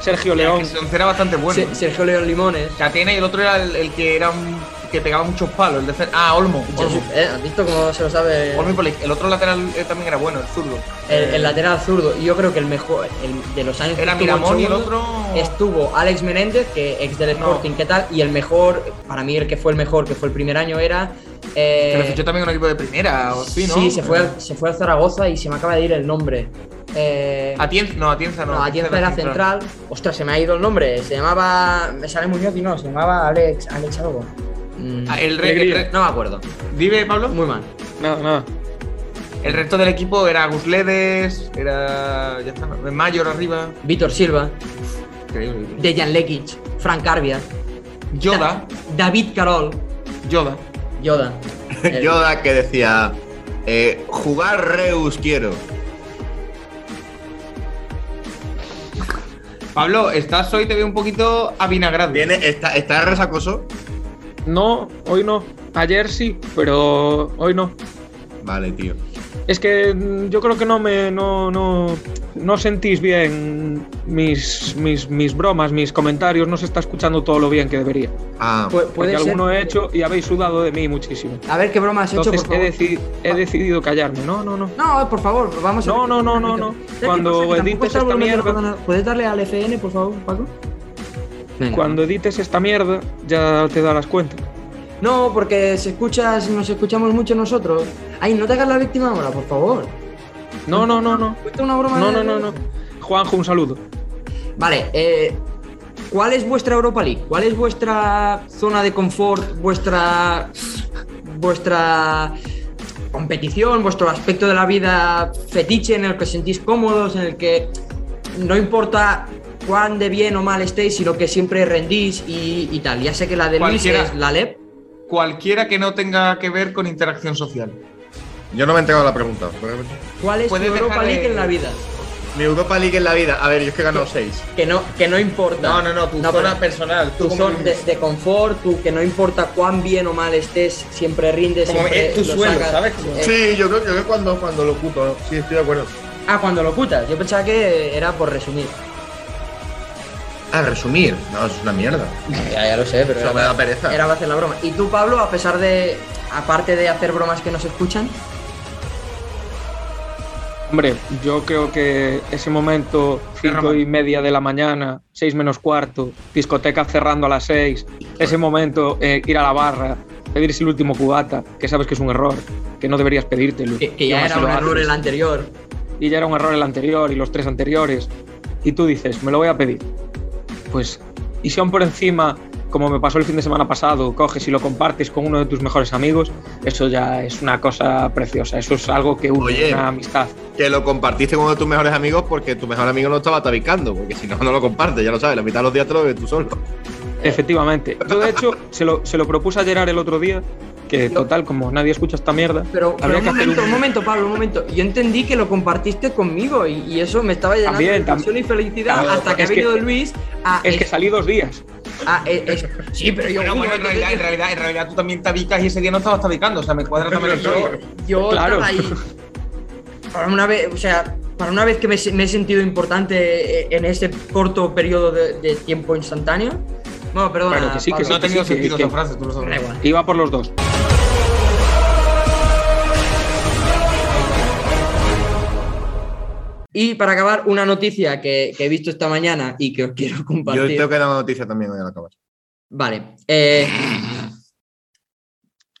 Speaker 4: Sergio León.
Speaker 3: Que Son era bastante bueno.
Speaker 2: Se- Sergio León Limones.
Speaker 3: Catena y el otro era el, el que era un, que pegaba muchos palos. El de Fer- ah, Olmo. Olmo.
Speaker 2: Eh, ¿Has visto cómo se lo sabe
Speaker 3: Olmo y
Speaker 2: el,
Speaker 3: por la iz- el otro lateral eh, también era bueno, el zurdo. Eh,
Speaker 2: el lateral zurdo? Y Yo creo que el mejor el de los años que
Speaker 3: Era
Speaker 2: estuvo en
Speaker 3: Miramón y el
Speaker 2: segundo
Speaker 3: otro.
Speaker 2: Estuvo Alex Menéndez, que ex del
Speaker 3: No.
Speaker 2: Sporting, ¿qué tal? Y el mejor, para mí el que fue el mejor, que fue el primer año, era. eh,
Speaker 3: Que lo fichó también un equipo de primera o así, ¿no?
Speaker 2: se fue, al, se fue al Zaragoza y se me acaba de ir el nombre. Eh,
Speaker 3: Atienza, no, Atienza Ah, no.
Speaker 2: no, Atienza era central. Ostras, se me ha ido el nombre. Se llamaba. Me sale Muñoz y no, se llamaba Alex, Alex algo. Mm,
Speaker 3: Ah, El, re- el re-
Speaker 2: no me acuerdo.
Speaker 3: Dime, Pablo.
Speaker 2: Muy mal.
Speaker 4: Nada, nada.
Speaker 3: El resto del equipo era Gusledes, era. Ya está, ¿no? Mayor arriba.
Speaker 2: Víctor Silva,
Speaker 3: Increíble.
Speaker 2: Dejan Lekic, Frank Arbia,
Speaker 3: Yoda.
Speaker 2: David Carol,
Speaker 3: Yoda.
Speaker 2: Yoda. Eh, El-
Speaker 5: Yoda que decía, eh, jugar Reus quiero.
Speaker 3: Pablo, estás hoy, te veo un poquito avinagrado.
Speaker 5: Viene, está, está resacoso.
Speaker 4: No, hoy no. Ayer sí, pero hoy no.
Speaker 5: Vale, tío.
Speaker 4: Es que mm, yo creo que no me no, no, no sentís bien mis, mis, mis bromas, mis comentarios, no se está escuchando todo lo bien que debería.
Speaker 5: Ah,
Speaker 2: Pu-
Speaker 4: Porque
Speaker 2: puede ser-
Speaker 4: alguno he hecho y habéis sudado de mí muchísimo.
Speaker 2: A ver qué broma has hecho,
Speaker 4: Entonces
Speaker 2: por favor.
Speaker 4: he, deci- he
Speaker 2: Va-
Speaker 4: decidido callarme. No, no, no.
Speaker 2: No, eh, por favor, vamos a
Speaker 4: No, no, no, no, no.
Speaker 2: ¿Sabes qué
Speaker 4: Cuando
Speaker 2: pasa? Que tampoco
Speaker 4: edites
Speaker 2: está el
Speaker 4: esta
Speaker 2: volumen del
Speaker 4: mierda-
Speaker 2: ordenador. ¿Puedes darle al FN, por favor, Paco? Venga.
Speaker 4: Cuando edites esta mierda ya te darás cuenta.
Speaker 2: No, porque se escucha, si nos escuchamos mucho nosotros. Ay, no te hagas la víctima ahora, por favor.
Speaker 4: No, no, no, no.
Speaker 2: Cuenta una broma.
Speaker 4: No,
Speaker 2: de-
Speaker 4: no, no, no. Juanjo, un saludo.
Speaker 2: Vale, eh, ¿cuál es vuestra Europa League? ¿Cuál es vuestra zona de confort? ¿Vuestra. vuestra competición? ¿Vuestro aspecto de la vida fetiche en el que os sentís cómodos? En el que no importa cuán de bien o mal estéis, sino que siempre rendís y, y tal. Ya sé que la de Luis
Speaker 3: Cualquiera.
Speaker 2: es la LEP.
Speaker 3: Cualquiera que no tenga que ver con interacción social.
Speaker 5: yo no me he enterado de la pregunta.
Speaker 2: ¿Cuál es tu
Speaker 3: Puedes
Speaker 2: Europa
Speaker 3: dejar de-
Speaker 2: League en la vida?
Speaker 5: Mi Europa League en la vida. A ver, yo es que he ganado 6.
Speaker 2: Que no, que no importa.
Speaker 7: No, no, no, tu
Speaker 2: pero
Speaker 7: zona personal.
Speaker 2: Tu
Speaker 7: tú como
Speaker 2: zona de,
Speaker 7: vives.
Speaker 2: de confort, tu que no importa cuán bien o mal estés, siempre rindes.
Speaker 7: Como
Speaker 2: siempre
Speaker 7: es tu
Speaker 2: lo
Speaker 7: suelo,
Speaker 2: sacas.
Speaker 7: ¿sabes? Como-
Speaker 2: Eh,
Speaker 5: Sí, yo creo que es cuando, cuando lo ocupo. Sí, estoy de acuerdo.
Speaker 2: Ah, cuando lo ocultas. Yo pensaba que era por resumir.
Speaker 5: Ah, resumir. No, es una mierda.
Speaker 2: Ya, ya lo sé, pero
Speaker 5: Eso me da pereza.
Speaker 2: era para hacer la broma. ¿Y tú, Pablo, a pesar de, aparte de hacer bromas que nos escuchan?
Speaker 4: Hombre, yo creo que ese momento, cinco y media de la mañana, seis menos cuarto, discoteca cerrando a las seis, ese momento, eh, ir a la barra, pedirse el último cubata, que sabes que es un error, que no deberías pedírtelo.
Speaker 2: Que, que
Speaker 4: Y aún
Speaker 2: ya
Speaker 4: así
Speaker 2: era un
Speaker 4: lo
Speaker 2: error
Speaker 4: haces.
Speaker 2: el anterior.
Speaker 4: Y ya era un error el anterior y los tres anteriores. Y tú dices, me lo voy a pedir. Pues, y si aún por encima, como me pasó el fin de semana pasado, coges y lo compartes con uno de tus mejores amigos, eso ya es una cosa preciosa. Eso es algo que une
Speaker 5: Oye.
Speaker 4: una amistad.
Speaker 5: Que lo compartiste con uno de tus mejores amigos porque tu mejor amigo no estaba tabicando. Porque si no, no lo compartes, ya lo sabes. La mitad de los días te lo bebes tú solo.
Speaker 4: Efectivamente. Yo, de hecho, se lo, se lo propuse a Gerard el otro día, que total, como nadie escucha esta mierda,
Speaker 2: Pero, pero
Speaker 4: habría
Speaker 2: un
Speaker 4: que hacer
Speaker 2: momento, un
Speaker 4: un...
Speaker 2: momento, Pablo, un momento. Yo entendí que lo compartiste conmigo y, y eso me estaba llenando
Speaker 4: También,
Speaker 2: de ilusión y felicidad
Speaker 4: Claro,
Speaker 2: hasta que ha
Speaker 4: es que-
Speaker 2: venido Luis a...
Speaker 4: Es que salí dos días.
Speaker 2: a- eh, es- es- sí, pero yo...
Speaker 7: Pero bueno, en realidad, en realidad, en realidad tú también tabicas y ese día no estabas tabicando. O sea, me cuadra también el
Speaker 2: yo,
Speaker 7: rollo.
Speaker 2: yo
Speaker 4: Claro.
Speaker 2: estaba ahí. Para una vez, o sea, para una vez que me, se- me he sentido importante eh, en este corto periodo de, de tiempo instantáneo. No, perdona.
Speaker 4: Bueno, que sí, que
Speaker 2: Pablo.
Speaker 7: No ha tenido
Speaker 4: Sí, sí,
Speaker 7: sentido
Speaker 4: que-
Speaker 7: esa frase, tú lo
Speaker 2: Da
Speaker 7: sabes.
Speaker 2: igual.
Speaker 4: Iba por los dos.
Speaker 2: Y para acabar, una noticia que, que he visto esta mañana y que os quiero
Speaker 5: Yo
Speaker 2: compartir.
Speaker 5: tengo que dar una noticia también hoy al acabar.
Speaker 2: Vale. eh,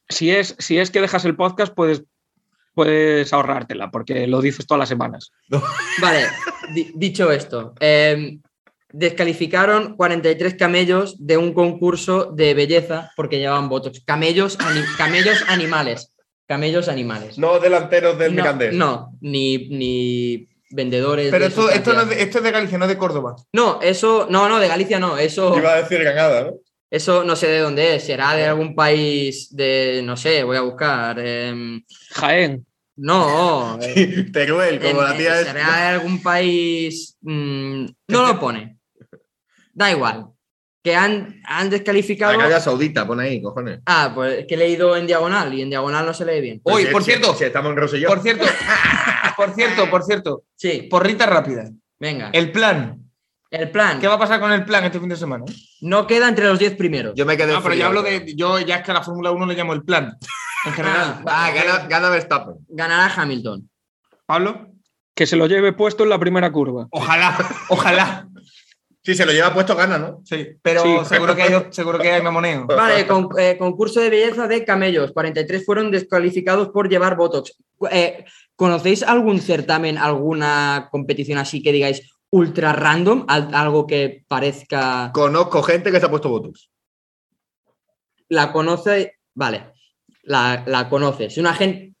Speaker 4: Si es, si es que dejas el podcast, puedes, puedes ahorrártela, porque lo dices todas las semanas.
Speaker 2: Vale, di- dicho esto, eh, descalificaron 43 camellos de un concurso de belleza porque llevaban votos. Camellos, ani- camellos animales. Camellos animales.
Speaker 5: No delanteros del
Speaker 2: no,
Speaker 5: Mirandés.
Speaker 2: no, ni, ni vendedores.
Speaker 7: Pero
Speaker 2: de
Speaker 7: esto, esto, no es
Speaker 2: sustancias.
Speaker 7: de, esto es de Galicia, no es de Córdoba.
Speaker 2: No, eso, no, no, de Galicia no. Eso,
Speaker 5: Iba a decir ganada, ¿no?
Speaker 2: eso no sé de dónde es. Será de algún país de, no sé, voy a buscar. em,
Speaker 4: Jaén,
Speaker 2: no, eh,
Speaker 5: Teruel, como
Speaker 2: En-
Speaker 5: la tía
Speaker 2: en-
Speaker 5: es.
Speaker 2: será de algún país. mm, no lo pone. Da igual. Que han, han descalificado.
Speaker 5: Arabia Saudita, pone ahí, cojones.
Speaker 2: Ah, pues que he leído en diagonal y en diagonal no se lee bien.
Speaker 7: Uy,
Speaker 5: Si-
Speaker 7: por
Speaker 5: si-
Speaker 7: cierto.
Speaker 5: si estamos en Rosellón.
Speaker 7: Por cierto, por cierto, por cierto.
Speaker 2: Sí, pues,
Speaker 7: Porrita rápida.
Speaker 2: venga. El,
Speaker 7: El plan.
Speaker 2: plan.
Speaker 7: ¿Qué va a pasar con el plan este fin de semana?
Speaker 2: No queda entre los 10 primeros.
Speaker 5: Yo me quedé.
Speaker 7: No, Ah, pero
Speaker 5: frío.
Speaker 7: yo hablo de. Yo ya es que a la Fórmula 1 le llamo el plan. En general.
Speaker 5: Ah, gana, gana Verstappen.
Speaker 2: Ganará Hamilton.
Speaker 7: Pablo,
Speaker 4: que se lo lleve puesto en la primera curva.
Speaker 7: ojalá, ojalá.
Speaker 5: Si se lo lleva puesto, gana, ¿no?
Speaker 7: Sí, pero
Speaker 4: Sí.
Speaker 7: seguro que hay, seguro que hay mamoneo.
Speaker 2: Vale, con- eh, concurso de belleza de camellos. 43 fueron descalificados por llevar Botox. Eh, ¿Conocéis algún certamen, alguna competición así que digáis ultra random? Al- algo que parezca.
Speaker 5: Conozco gente que se ha puesto Botox.
Speaker 2: la conoce, vale, la, la conoces. Una gente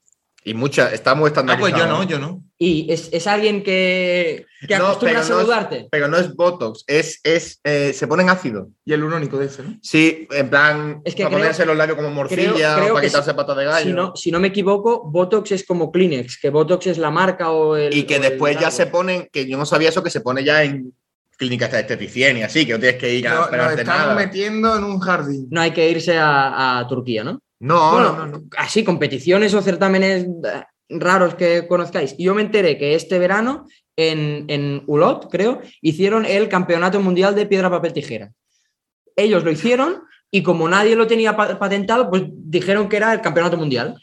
Speaker 5: Y muchas, estamos
Speaker 7: Ah, pues
Speaker 5: estandarizados.
Speaker 7: yo no, yo no.
Speaker 2: y es, es alguien que, que
Speaker 5: No,
Speaker 2: acostumbra
Speaker 5: pero
Speaker 2: a
Speaker 5: no es-
Speaker 2: saludarte.
Speaker 5: Pero no es Botox, es, es eh, se ponen ácido.
Speaker 7: Y el único de ese, ¿no?
Speaker 5: Sí, en plan,
Speaker 2: Es que
Speaker 5: para
Speaker 2: creo-
Speaker 5: ponerse los labios como morcilla,
Speaker 2: creo- creo
Speaker 5: o para
Speaker 2: que
Speaker 5: quitarse
Speaker 2: sí.
Speaker 5: patas de gallo.
Speaker 2: Si no, si no me equivoco, Botox es como Kleenex, que Botox es la marca o el.
Speaker 5: y
Speaker 2: o
Speaker 5: que
Speaker 2: el
Speaker 5: después ya
Speaker 2: algo.
Speaker 5: se ponen, que yo no sabía eso, que se pone ya en clínicas de esteticien y así, que no tienes que ir a
Speaker 7: Nos nos
Speaker 5: operarte
Speaker 7: estamos
Speaker 5: nada.
Speaker 7: metiendo en un jardín.
Speaker 2: No hay que irse a, a Turquía, ¿no?
Speaker 5: No,
Speaker 2: bueno,
Speaker 5: no, no, no.
Speaker 2: así, competiciones o certámenes eh, raros que conozcáis. Y yo me enteré que este verano, en, en Ulot, creo, hicieron el Campeonato Mundial de Piedra, Papel, Tijera. Ellos lo hicieron y como nadie lo tenía pa- patentado, pues dijeron que era el Campeonato Mundial.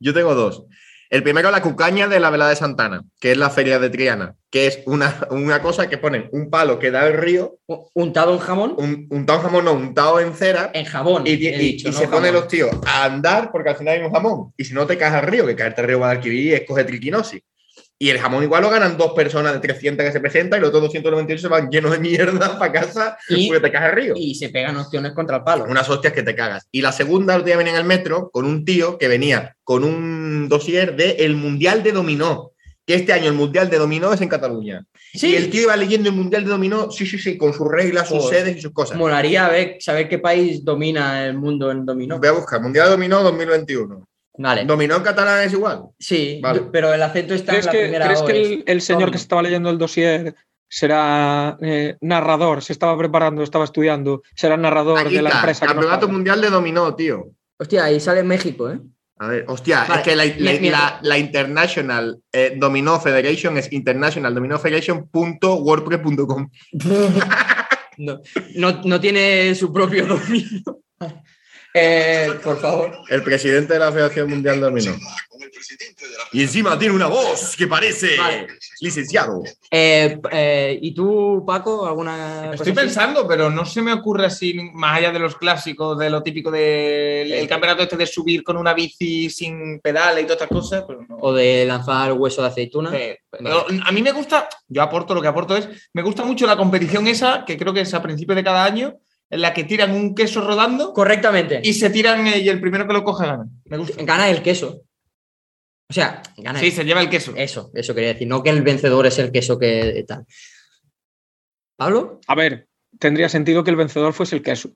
Speaker 5: Yo tengo dos. El primero, la cucaña de la Velada de Santana, que es la feria de Triana, que es una, una cosa que ponen un palo que da el río,
Speaker 2: U- Untado en jamón,
Speaker 5: un, untado en jamón, no, untado en cera,
Speaker 2: en jabón.
Speaker 5: y, y-
Speaker 2: Eh, he
Speaker 5: y-
Speaker 2: dicho,
Speaker 5: y
Speaker 2: ¿no?
Speaker 5: se
Speaker 2: Jamón.
Speaker 5: ponen los tíos a andar porque al final hay un jamón. Y si no te caes al río, que caerte al río Guadalquivir es coger triquinosis. Y el jamón igual lo ganan dos personas de 300 que se presentan y los otros 298 se van llenos de mierda para casa
Speaker 2: Y-
Speaker 5: porque te caes al río.
Speaker 2: y se pegan opciones contra el palo.
Speaker 5: Unas hostias que te cagas. Y la segunda, el otro día venía en el metro con un tío que venía con un dossier de el Mundial de Dominó. Que este año el Mundial de Dominó es en Cataluña.
Speaker 2: Sí,
Speaker 5: Y el tío iba leyendo el Mundial de Dominó, sí, sí, sí, con sus reglas, sus
Speaker 2: Joder.
Speaker 5: sedes y sus cosas.
Speaker 2: molaría ver, saber qué país domina el mundo en dominó.
Speaker 5: Voy a buscar Mundial de Dominó 2021.
Speaker 2: Vale.
Speaker 5: Dominó en catalán es igual.
Speaker 2: sí,
Speaker 5: vale.
Speaker 2: yo- pero el acento está en
Speaker 4: ¿Crees
Speaker 2: la
Speaker 4: que,
Speaker 2: primera
Speaker 4: crees
Speaker 2: O,
Speaker 4: que
Speaker 2: es-
Speaker 4: el, el señor
Speaker 2: Tony.
Speaker 4: que se estaba leyendo el dossier será eh, narrador? Se estaba preparando, estaba estudiando, será narrador
Speaker 5: Aquí
Speaker 4: de la
Speaker 5: está,
Speaker 4: empresa. que nos
Speaker 5: Campeonato
Speaker 4: paga?
Speaker 5: Mundial de Dominó, tío.
Speaker 2: Hostia, ahí sale México, ¿eh?
Speaker 5: A ver, hostia,
Speaker 2: Vale,
Speaker 5: es que la, la-
Speaker 2: mi- mi-
Speaker 5: la- la International eh, Dominó Federation es International Dominó Federation.wordpress.com.
Speaker 2: No, no, no tiene su propio dominio. Eh, por favor.
Speaker 5: El presidente de la Federación Mundial de Dominó.
Speaker 6: Con el presidente de la
Speaker 5: Y encima tiene una voz que parece
Speaker 2: Vale.
Speaker 5: licenciado.
Speaker 2: Eh, eh, ¿Y tú, Paco, alguna cosa
Speaker 3: Estoy
Speaker 2: así?
Speaker 3: pensando, pero no se me ocurre así, más allá de los clásicos, de lo típico del el campeonato este de subir con una bici sin pedales y todas estas cosas. Pero no.
Speaker 2: O de lanzar hueso de aceituna.
Speaker 3: Eh, pero a mí me gusta, yo aporto lo que aporto es, me gusta mucho la competición esa, que creo que es a principio de cada año, en la que tiran un queso rodando
Speaker 2: Correctamente.
Speaker 3: y se tiran eh, y el primero que lo coge gana. Me gusta.
Speaker 2: Gana el queso. O sea, gana
Speaker 3: Sí,
Speaker 2: el
Speaker 3: se lleva el queso.
Speaker 2: Eso, eso quería decir. No que el vencedor es el queso que tal. ¿Pablo?
Speaker 4: A ver, tendría sentido que el vencedor fuese el queso.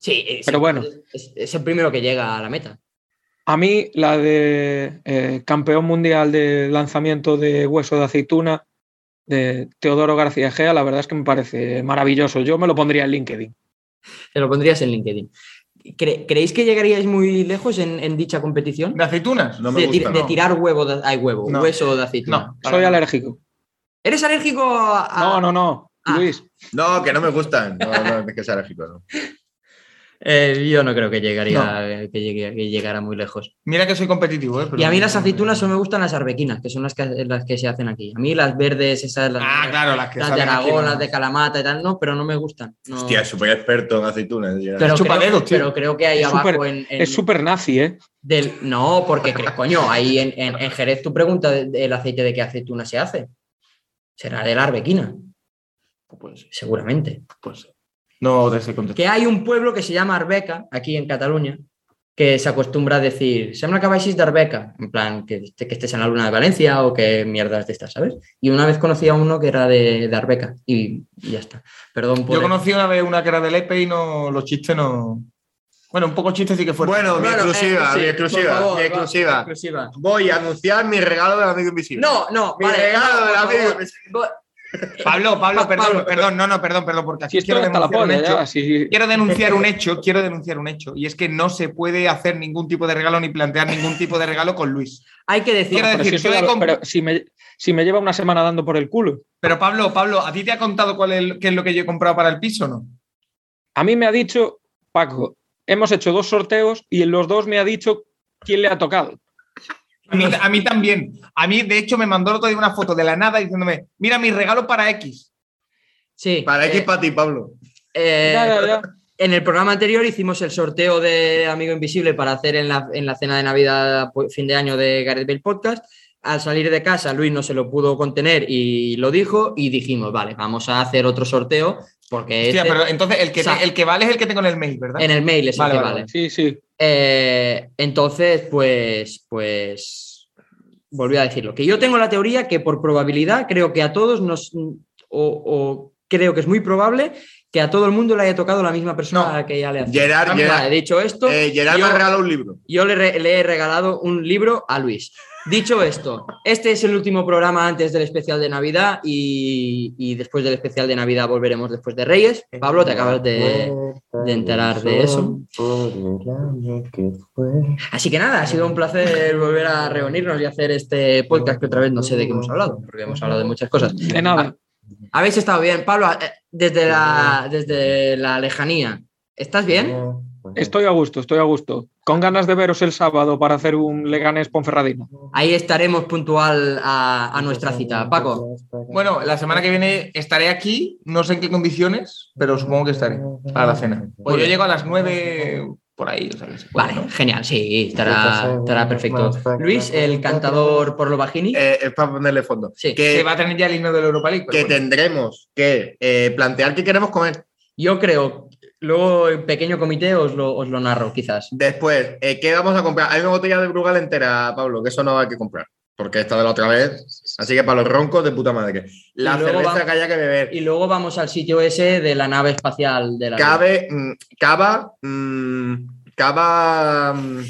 Speaker 2: Sí, es,
Speaker 4: Pero bueno.
Speaker 2: Es, es el primero que llega a la meta.
Speaker 4: A mí, la de eh, campeón mundial de lanzamiento de hueso de aceituna de Teodoro García Gea, la verdad es que me parece maravilloso. Yo me lo pondría en LinkedIn.
Speaker 2: Te lo pondrías en LinkedIn. ¿Cre- ¿Creéis que llegaríais muy lejos en, en dicha competición?
Speaker 3: ¿De aceitunas?
Speaker 5: No me
Speaker 2: de, ti-
Speaker 5: gusta.
Speaker 2: de
Speaker 3: no.
Speaker 2: tirar huevo de, ay, huevo,
Speaker 3: No.
Speaker 2: hueso de aceituna.
Speaker 3: No, para
Speaker 4: Soy
Speaker 3: nada.
Speaker 4: alérgico.
Speaker 2: ¿Eres alérgico a.? a-
Speaker 4: No, no, no.
Speaker 2: Ah.
Speaker 4: Luis,
Speaker 5: No, que no me gustan. No, no, es que sea lógico, ¿no?
Speaker 2: Eh, yo no creo que, llegaría,
Speaker 3: No.
Speaker 2: eh, que, llegue- que llegara muy lejos.
Speaker 3: Mira que soy competitivo, ¿eh? pero-
Speaker 2: y a mí las aceitunas solo me gustan las arbequinas, que son las que, las que se hacen aquí. A mí las verdes, esas. Las,
Speaker 3: Ah, claro, las que
Speaker 2: las de
Speaker 3: salen aquí,
Speaker 2: Aragón,
Speaker 3: ¿no?
Speaker 2: las de Calamata y tal, no, pero no me gustan. No.
Speaker 5: Hostia, súper experto en aceitunas. tío.
Speaker 2: pero,
Speaker 3: Es chupadedos,
Speaker 2: creo,
Speaker 3: tío.
Speaker 2: pero creo que ahí
Speaker 4: Es
Speaker 2: abajo
Speaker 4: súper-
Speaker 2: en, en-
Speaker 4: es súper nazi, ¿eh?
Speaker 2: del. No, porque cre- coño, ahí en, en- en Jerez tú preguntas de- del aceite de qué aceituna se hace. Será de la arbequina,
Speaker 3: Pues,
Speaker 2: seguramente.
Speaker 3: pues, no de ese contexto.
Speaker 2: Que hay un pueblo que se llama Arbeca, aquí en Cataluña, que se acostumbra a decir, sembra que vais de Arbeca, en plan, que, este- que estés en la luna de Valencia o que mierdas de estas, ¿sabes? Y una vez conocí a uno que era de, de Arbeca y, y ya está. Perdón por.
Speaker 3: Yo conocí una vez una que era del EPE y no, los chistes no... Bueno, un poco chistes sí que fueron.
Speaker 5: Bueno, mi
Speaker 2: Claro, eh,
Speaker 5: exclusiva,
Speaker 2: sí, por
Speaker 5: mi exclusiva,
Speaker 2: favor,
Speaker 5: mi
Speaker 2: va,
Speaker 5: exclusiva.
Speaker 2: exclusiva.
Speaker 5: Voy a anunciar mi regalo del amigo invisible.
Speaker 2: No, no,
Speaker 5: mi
Speaker 2: vale.
Speaker 5: regalo
Speaker 2: no,
Speaker 5: del
Speaker 2: por
Speaker 5: amigo
Speaker 2: favor.
Speaker 5: invisible.
Speaker 2: Bo-
Speaker 3: Pablo,
Speaker 2: Pa-
Speaker 3: Pablo, perdón,
Speaker 2: Pablo.
Speaker 3: perdón, no, no, perdón, perdón, porque
Speaker 4: Si
Speaker 3: aquí
Speaker 4: esto
Speaker 3: quiero
Speaker 4: no está la ¿eh?
Speaker 3: denunciar un
Speaker 4: polla,
Speaker 3: hecho.
Speaker 4: ya. si-
Speaker 3: Quiero denunciar un hecho, quiero denunciar un hecho, y es que no se puede hacer ningún tipo de regalo ni plantear ningún tipo de regalo con Luis.
Speaker 2: Hay que decir.
Speaker 3: Quiero
Speaker 4: pero
Speaker 3: decir,
Speaker 4: si eso
Speaker 3: yo
Speaker 4: ya
Speaker 3: de
Speaker 4: lo-
Speaker 3: comp-
Speaker 4: pero si me, si me lleva una semana dando por el culo.
Speaker 3: Pero Pablo, Pablo, ¿a ti te ha contado cuál es, qué es lo que yo he comprado para el piso, no?
Speaker 4: A mí me ha dicho, Paco, hemos hecho dos sorteos y en los dos me ha dicho quién le ha tocado.
Speaker 3: A mí, a mí también. A mí, de hecho, me mandó el otro día una foto de la nada diciéndome, mira mi regalo para X.
Speaker 2: Sí.
Speaker 5: Para X
Speaker 2: eh,
Speaker 5: para ti, Pablo.
Speaker 2: eh,
Speaker 4: Ya, ya, ya.
Speaker 2: En el programa anterior hicimos el sorteo de Amigo Invisible para hacer en la, en la cena de Navidad, pu- fin de año de Gareth Bale Podcast. Al salir de casa, Luis no se lo pudo contener y lo dijo. Y dijimos, vale, vamos a hacer otro sorteo porque
Speaker 3: Hostia,
Speaker 2: este-
Speaker 3: pero entonces el que, te-
Speaker 2: o sea,
Speaker 3: el que vale es el que tengo en el mail, ¿verdad?
Speaker 2: en el mail es el
Speaker 3: Vale,
Speaker 2: que
Speaker 3: vale,
Speaker 2: vale.
Speaker 4: Sí, sí.
Speaker 2: Eh, entonces, pues, pues, volví a decirlo. Que yo tengo la teoría que por probabilidad creo que a todos nos, o, o creo que es muy probable que a todo el mundo le haya tocado la misma persona
Speaker 3: No.
Speaker 2: a la que ya le hace.
Speaker 5: Gerard,
Speaker 2: Vale,
Speaker 5: Gerard,
Speaker 2: dicho esto,
Speaker 5: eh, Gerard me
Speaker 2: yo,
Speaker 5: ha regalado un libro.
Speaker 2: yo le, re- le he regalado un libro a Luis. Dicho esto, este es el último programa antes del especial de Navidad y, y después del especial de Navidad volveremos después de Reyes.
Speaker 5: Eh,
Speaker 2: Pablo, te acabas de, de enterar de eso. Así que nada, ha sido un placer volver a reunirnos y hacer este podcast que otra vez no sé de qué hemos hablado, porque hemos hablado de muchas cosas.
Speaker 4: De
Speaker 2: Ah,
Speaker 4: nada.
Speaker 2: Habéis estado bien, Pablo, eh, desde la, desde la lejanía. ¿Estás bien?
Speaker 4: Estoy a gusto, estoy a gusto. Con ganas de veros el sábado para hacer un Leganés Ponferradina.
Speaker 2: Ahí estaremos puntual a, a nuestra cita. Paco,
Speaker 3: Bueno, la semana que viene estaré aquí, no sé en qué condiciones, pero supongo que estaré para la cena. Pues yo llego a las 9 por ahí, o sea que se puede,
Speaker 2: Vale,
Speaker 3: ¿no?
Speaker 2: genial, sí, estará, estará perfecto. Luis, el cantador por lo bajini.
Speaker 5: Eh, es para ponerle fondo.
Speaker 2: Sí.
Speaker 3: Que
Speaker 5: Que,
Speaker 3: va a tener ya el himno del Europa League. pero
Speaker 5: que
Speaker 3: bueno.
Speaker 5: tendremos que eh, plantear qué queremos comer.
Speaker 2: Yo creo, luego en pequeño comité os lo, os lo narro, quizás.
Speaker 5: Después, eh, ¿qué vamos a comprar? Hay una botella de Brugal entera, Pablo, que eso no hay que comprar. Porque esta de la otra vez. Así que para los roncos, de puta madre. La
Speaker 2: Y luego
Speaker 5: cerveza
Speaker 2: va-
Speaker 5: que haya que beber.
Speaker 2: Y luego vamos al sitio ese de la nave espacial de la.
Speaker 5: Cabe, mm, cava, mm, cava, mm,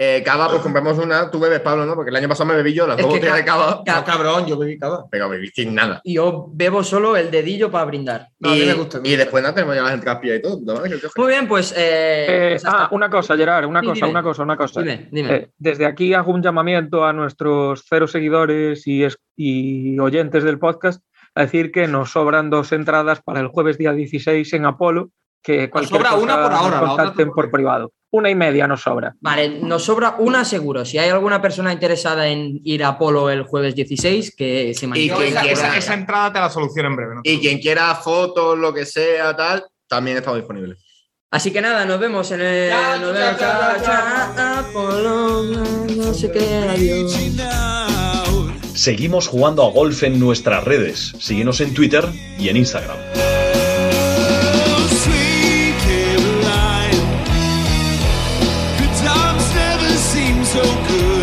Speaker 5: Eh, cava, pues compramos una. Tú bebes, Pablo, ¿no? Porque el año pasado me bebí yo las
Speaker 2: Es
Speaker 5: dos
Speaker 2: que
Speaker 5: botellas de cava.
Speaker 2: ca-
Speaker 3: No, cabrón, yo bebí cava.
Speaker 5: Pero bebí sin nada.
Speaker 2: Yo bebo solo el dedillo para brindar.
Speaker 3: No, a mí
Speaker 5: y,
Speaker 3: me gusta, me
Speaker 5: y
Speaker 3: gusta.
Speaker 5: después nada, tenemos ya las entradas pie y todo. puta madre, que tío.
Speaker 2: Muy bien, pues. eh,
Speaker 4: Eh,
Speaker 2: pues hasta-
Speaker 4: ah, una cosa, Gerard, una
Speaker 2: Sí,
Speaker 4: cosa,
Speaker 2: dime.
Speaker 4: una cosa, una cosa.
Speaker 2: Dime, dime.
Speaker 4: Eh, desde aquí hago un llamamiento a nuestros cero seguidores y, es- y oyentes del podcast a decir que nos sobran dos entradas para el jueves día 16 en Apolo, que cualquier
Speaker 3: sobra
Speaker 4: cosa
Speaker 3: una por
Speaker 4: nos
Speaker 3: ahora, la otra
Speaker 4: contacten por privado. Una y media nos sobra.
Speaker 2: Vale, nos sobra una seguro. Si hay alguna persona interesada en ir a Polo el jueves 16, que se
Speaker 7: Y esa,
Speaker 5: Y quien
Speaker 2: manifieste.
Speaker 5: quiera-
Speaker 7: esa- esa entrada te la soluciono en breve. ¿no?
Speaker 5: Y quien quiera fotos, lo que sea, tal, también estamos disponibles.
Speaker 2: Así que nada, nos vemos en el.
Speaker 7: Ya,
Speaker 2: nos
Speaker 7: ya,
Speaker 2: vemos.
Speaker 7: ya, ya,
Speaker 2: Chao, chao, Apolo, no sé qué, adiós.
Speaker 1: Seguimos jugando a golf en nuestras redes. Síguenos en Twitter y en Instagram.
Speaker 8: Oh, Sweet Caroline, good times never seem so good.